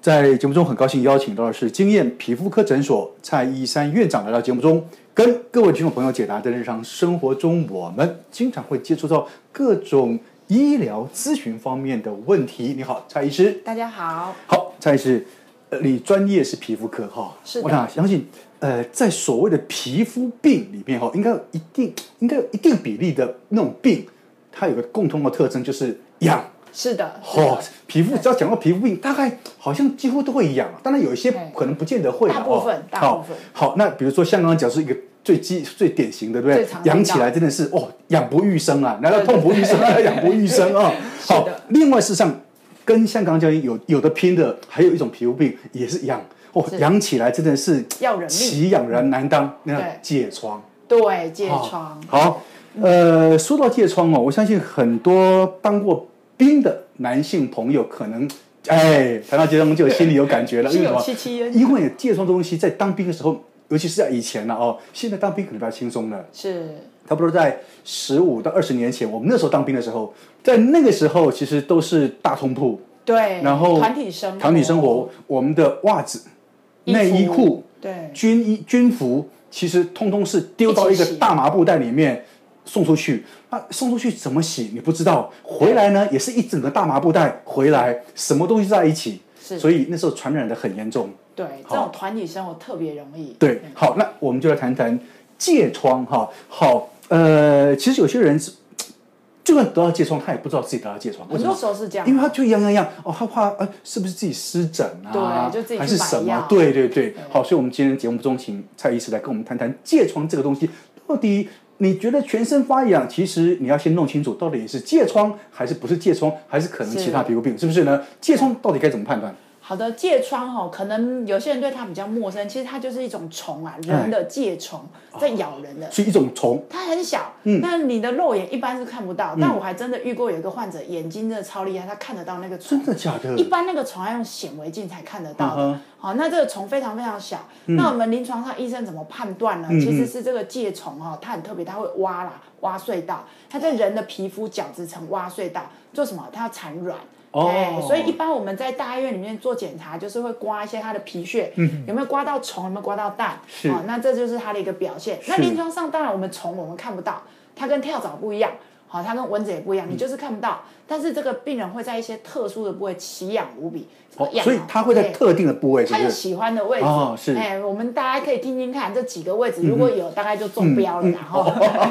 在节目中，很高兴邀请到的是经验皮肤科诊所蔡依山院长来到节目中，跟各位听众朋友解答在日常生活中我们经常会接触到各种医疗咨询方面的问题。你好，蔡医师。大家好，好，蔡医师，呃，你专业是皮肤科哈，是的我想相信，呃，在所谓的皮肤病里面哈，应该有一定应该有一定比例的那种病，它有个共通的特征就是痒。是的，是的哦，皮肤只要讲到皮肤病，大概好像几乎都会痒，当然有一些对可能不见得会啦。大部分哦大好部分好，那比如说像刚刚讲是一个最基最典型的，对不对最常？见到痒起来真的是哦，痒不欲生啊，难道对对痛不欲生， 难道痒不欲生啊？是的好，另外事实上跟香港交易有有的拼的，还有一种皮肤病也是痒哦，是痒起来真的是要人命奇痒然难当，那对疥疮。对疥好疮，哦好，呃，说到疥疮哦，我相信很多当过兵的男性朋友可能，哎，谈到疥疮就有心里有感觉了，因心为有什么？戚戚焉因为疥疮这东西在当兵的时候，尤其是在以前了、哦，现在当兵可能比较轻松了。是差不多在十五到二十年前，我们那时候当兵的时候，在那个时候其实都是大通铺，对，然后团体生活，团体生活，我们的袜子、衣服内衣裤、对，军衣军服其实通通是丢到一个一起洗大麻布袋里面送出去。那送出去怎么洗？你不知道。回来呢，也是一整个大麻布袋回来，什么东西在一起，是所以那时候传染的很严重。对，好这种团体生活特别容易，对，好，那我们就来谈谈疥疮哈。好，呃，其实有些人是。就算得到疥疮，他也不知道自己得到疥疮，为什么很多时候是这样因为他就痒痒痒哦，他怕呃是不是自己湿疹啊，对就自己去还是什买么药？对对对，好，所以我们今天节目中请蔡医师来跟我们谈谈疥疮这个东西，到底你觉得全身发痒，其实你要先弄清楚到底是疥疮还是不是疥疮，还是可能其他是皮肤病，是不是呢？疥疮到底该怎么判断？好的，疥疮哦，可能有些人对它比较陌生，其实它就是一种虫啊，人的疥虫哦在咬人的。是一种虫，它很小，嗯那你的肉眼一般是看不到，但我还真的遇过有一个患者眼睛真的超厉害，他看得到那个虫真，的假的？一般那个虫要用显微镜才看得到嗯哼嗯的。好，那这个虫非常非常小，那我们临床上医生怎么判断呢？其实是这个疥虫哈，它很特别，它会挖啦，挖隧道，它在人的皮肤角质层挖隧道，做什么？它要产卵。哦哎所以一般我们在大医院里面做检查，就是会刮一些它的皮屑，有没有刮到虫，有没有刮到蛋，嗯是哦，那这就是它的一个表现。那是临床上当然我们虫我们看不到，它跟跳蚤不一样，好、它跟蚊子也不嗯一样，你就是看不到。但是这个病人会在一些特殊的部位奇痒无比，哦痒啊所以它会在对特定的部位，是他有不是？喜欢的位置，哦是嗯哎，我们大家可以听听看这几个位置，如果有大概就中标了，然后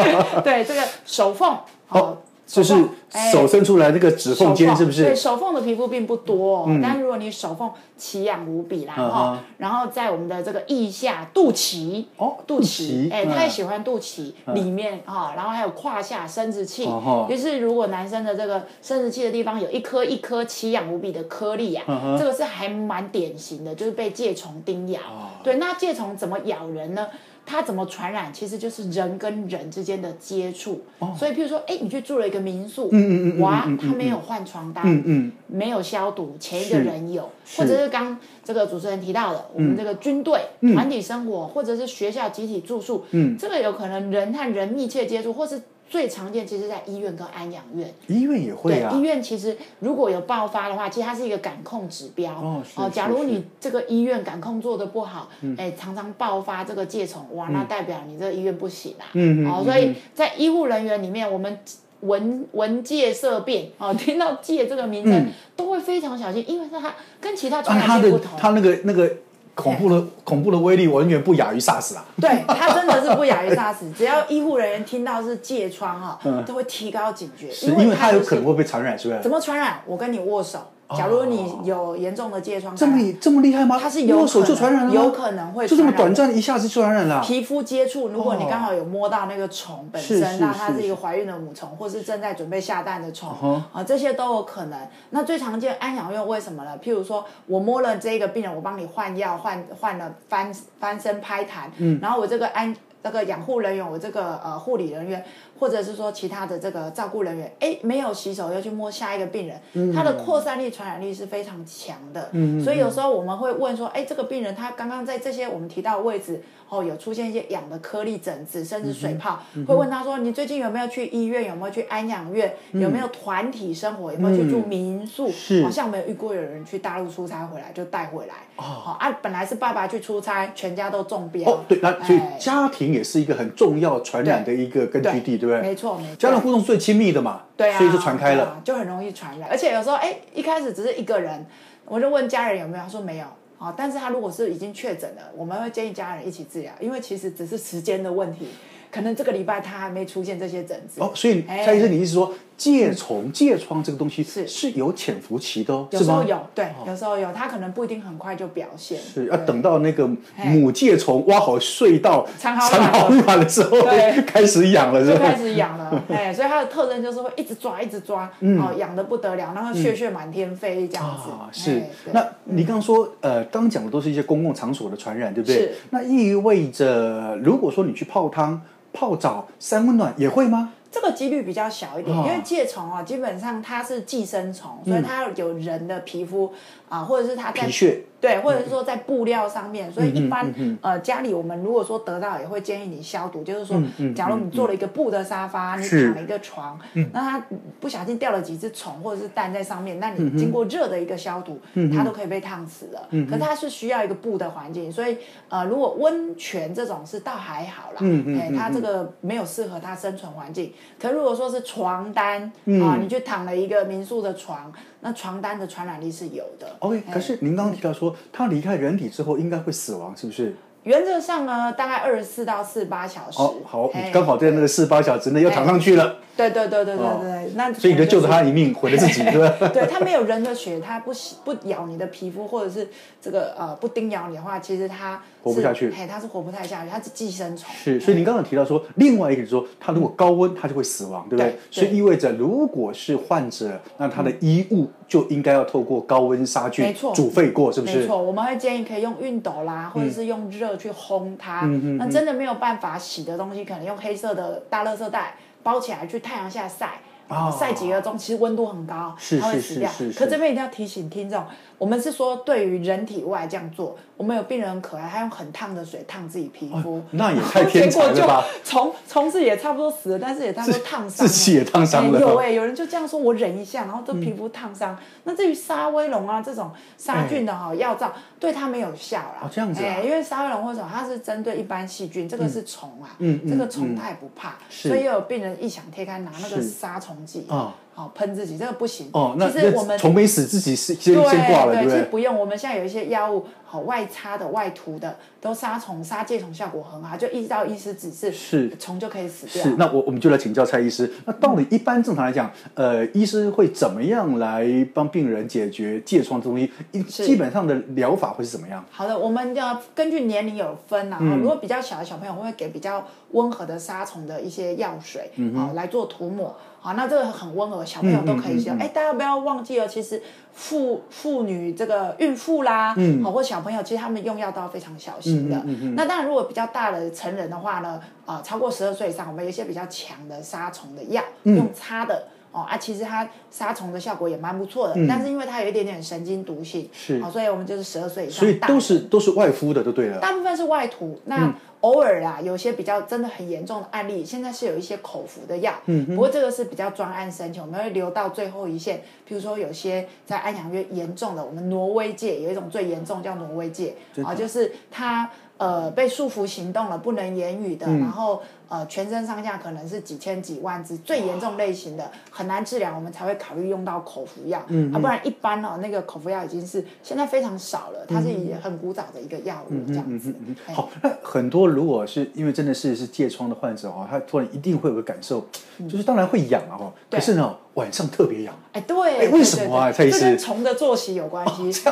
对这个手缝，哦哦，就是缝哎手伸出来那个指手缝间，是不对，是？手缝的皮肤并不多、哦，但如果你手缝奇痒无比啦，嗯哈、哼然后在我们的这个腋下、肚脐，哦肚肚脐哎、嗯他也喜欢肚脐、里面哈、然后还有胯下生殖器，哦吼就是如果男生的这个生殖器的地方有一颗一颗奇痒无比的颗粒嗯啊，这个是还蛮典型的，就是被疥虫叮咬。哦对，那疥虫怎么咬人呢？它怎么传染？其实就是人跟人之间的接触。所以，譬如说，哎，你去住了一个民宿，哦嗯嗯嗯嗯哇嗯嗯，他没有换床单，嗯嗯，没有消毒，前一个是人有，是嗯或者是刚这个主持人提到的，我们这个军队、团体生活，或者是学校集体住宿，嗯这个有可能人和人密切接触，或是最常见，其实在医院跟安养院。医院也会对，啊医。院其实如果有爆发的话，其实它是一个感控指标。哦是假是嗯如是你这个医院感控做的不好，哎、常常爆发这个疥虫，哇，那代表你这个医院不行啊。嗯嗯嗯哦嗯，所嗯以在医护人员里面，我们。闻闻疥色变哦，听到“疥”这个名称、都会非常小心，因为它跟其他传嗯啊，染他病不的同。他那个那个恐怖的恐怖的威力完全不亚于 SARS 啊！对它真的是不亚于 SARS，只要医护人员听到是疥疮哈嗯，都会提高警觉，是因为它有就是可能会被传染，是不怎是？么传染？我跟你握手，假如你有严重的疥疮，哦这么厉这么厉害吗？它是有握手可就能传染了吗，有可能会就这么传短染暂一下子就传染了啊。皮肤接触，如果你刚好有摸到那个虫本身，是是那它哦是哦是一个是怀孕的母虫，或是正在准备下蛋的虫啊、哼这些都有可能。那最常见安养院为什么呢？譬如说我摸了这个病人，我帮你换药，换换了翻翻身拍痰，嗯然后我这个安那个养护人员，我这个呃护理人员，或者是说其他的这个照顾人员，哎，没有洗手要去摸下一个病人，嗯它的扩散力、传染力是非常强的。所以有时候我们会问说，哎，这个病人他刚刚在这些我们提到的位置哦，有出现一些痒的颗粒、疹子，甚至水泡，嗯会问他说，你最近有没有去医院？有没有去安养院？有没有团体生活？有没有去住民宿？嗯是好像没有遇过有人去大陆出差回来就带回来。哦，啊，本来是爸爸去出差，全家都中标。哦，对，那所以哎家庭也是一个很重要传染的一个根据地，对不没对？错，没错。家人互动最亲密的嘛，对啊，所以就传开对了。啊就很容易传染。而且有时候，哎，一开始只是一个人，我就问家人有没有，他说没有。好，但是他如果是已经确诊了，我们会建议家人一起治疗，因为其实只是时间的问题，可能这个礼拜他还没出现这些疹子。哦，所以哎嗯蔡医生，你意思说疥虫、疥疮这个东西是是有潜伏期的哦，有是时候吗？有，对，有时候有，他可能不一定很快就表现。是要对等到那个哎母疥虫挖好隧道、藏好藏好卵卵的时候对， 开始痒了，是就开吧？始痒了，哎，所以它的特征就是会一直抓，一直抓，哦，痒的不得了，然后血血满天飞这样子。嗯啊，是哎。对那你刚刚说，呃，刚刚讲的都是一些公共场所的传染，对不对是？那意味着，如果说你去泡汤、泡澡、三温暖也会吗？这个几率比较小一点，哦因为疥虫啊，基本上它是寄生虫，所以它有人的皮肤啊、或者是它在皮屑对，或者是说在布料上面，所以一般、嗯哼嗯呃家里我们如果说得到，也会建议你消毒，就是说，嗯假如你做了一个布的沙发，你是嗯躺了一个床，那它不小心掉了几只虫或者是蛋在上面，那嗯你经过热的一个消毒，它都可以被烫死了。可是它是需要一个布的环境，所以呃，如果温泉这种是倒还好啦，嗯嗯哎、嗯它这个没有适合它生存环境。可如果说是床单啊、嗯你去躺了一个民宿的床，那床单的传染力是有的。 OK，哎可是您刚刚提到说，它离开人体之后应该会死亡，是不是？原则上呢，大概二十四到四十八小时。哦，好，哎你刚好在那个四十八小时内又躺上去了，对对对对对哦对对，那所以你就救了他它。一命，毁了自 己，对吧？对，它没有人的血，它不吸不咬你的皮肤，或者是这个呃不叮咬你的话，其实它是活不下去嘿，它是活不太下去，它是寄生虫。是，所以您刚刚提到说，另外一个就是说，它如果高温，它就会死亡，对不对对？所以对意味着，如果是患者，那他的衣物就应该要透过高温杀菌没错，煮沸过，是嗯不没是？错，我们会建议可以用熨斗啦，或者是用热去烘嗯它。那真的没有办法洗的东西，可能用黑色的大垃圾袋包起来，去太阳下晒。哦晒几个钟，其实温度很高，是它会是死是掉是。是可这边一定要提醒听众，我们是说对于人体外这样做，我们有病人很可爱，他用很烫的水烫自己皮肤，哦那也太天才了 结果吧就！虫虫子也差不多死了，但是也差不多烫伤自了，己也烫伤了嗯哎有哎、有人就这样说，我忍一下，然后这皮肤烫伤。那至于沙威龙啊这种杀菌的哈、药皂，对它没有效啦。哎哦这样子啊哎因为沙威龙或者什么它是针对一般细菌，这个是虫啊，嗯嗯这个虫它也不怕，是所以也有病人异想天开拿那个是杀虫剂啊好喷自己，这个不行。哦，那其实我那们虫没死，自己是先对先挂了，对对不其实对？不用，我们现在有一些药物，好外擦的、外涂的，都杀虫、杀疥虫效果很好，就依照医师指示，是虫就可以死掉。是，那我我们就来请教蔡医师。那到底一般正常来讲，呃，医师会怎么样来帮病人解决疥疮这东西？一是基本上的疗法会是怎么样？嗯好的，我们要根据年龄有分啦、啊如果比较小的小朋友，我们会给比较温和的杀虫的一些药水，好、嗯来做涂抹。好，那这个很温和，小朋友都可以嗯使用。哎、大家不要忘记哦，其实妇妇女这个孕妇啦，嗯，好、或小朋友，其实他们用药都要非常小嗯心的。那当然，如果比较大的成人的话呢，啊、超过十二岁以上，我们有一些比较强的杀虫的药，嗯用擦的。哦啊，其实它杀虫的效果也蛮不错的、但是因为它有一点点神经毒性，嗯是好、所以我们就是十二岁以上，所以大都是都是外敷的，就对啊了。大部分是外涂，那偶尔啊，有些比较真的很严重的案例，现在是有一些口服的药，不过这个是比较专案申请，我们会留到最后一线。比如说有些在哦安养院严重的，我们挪威界有一种最严重叫挪威界，啊，就是它。呃被束缚行动了，不能言语的，然后呃全身上下可能是几千几万只，最严重类型的很难治疗，我们才会考虑用到口服药，啊，不然一般哦那个口服药已经是现在非常少了，它是以很古早的一个药物这嗯样子。嘿好，那很多如果是因为真的是是疥疮的患者哦，他突然一定会有个感受，就是当然会痒啊哦，可嗯对是呢晚上特别痒。哎哎，对，为什么啊对对对蔡医师哦这跟虫的作息有关系。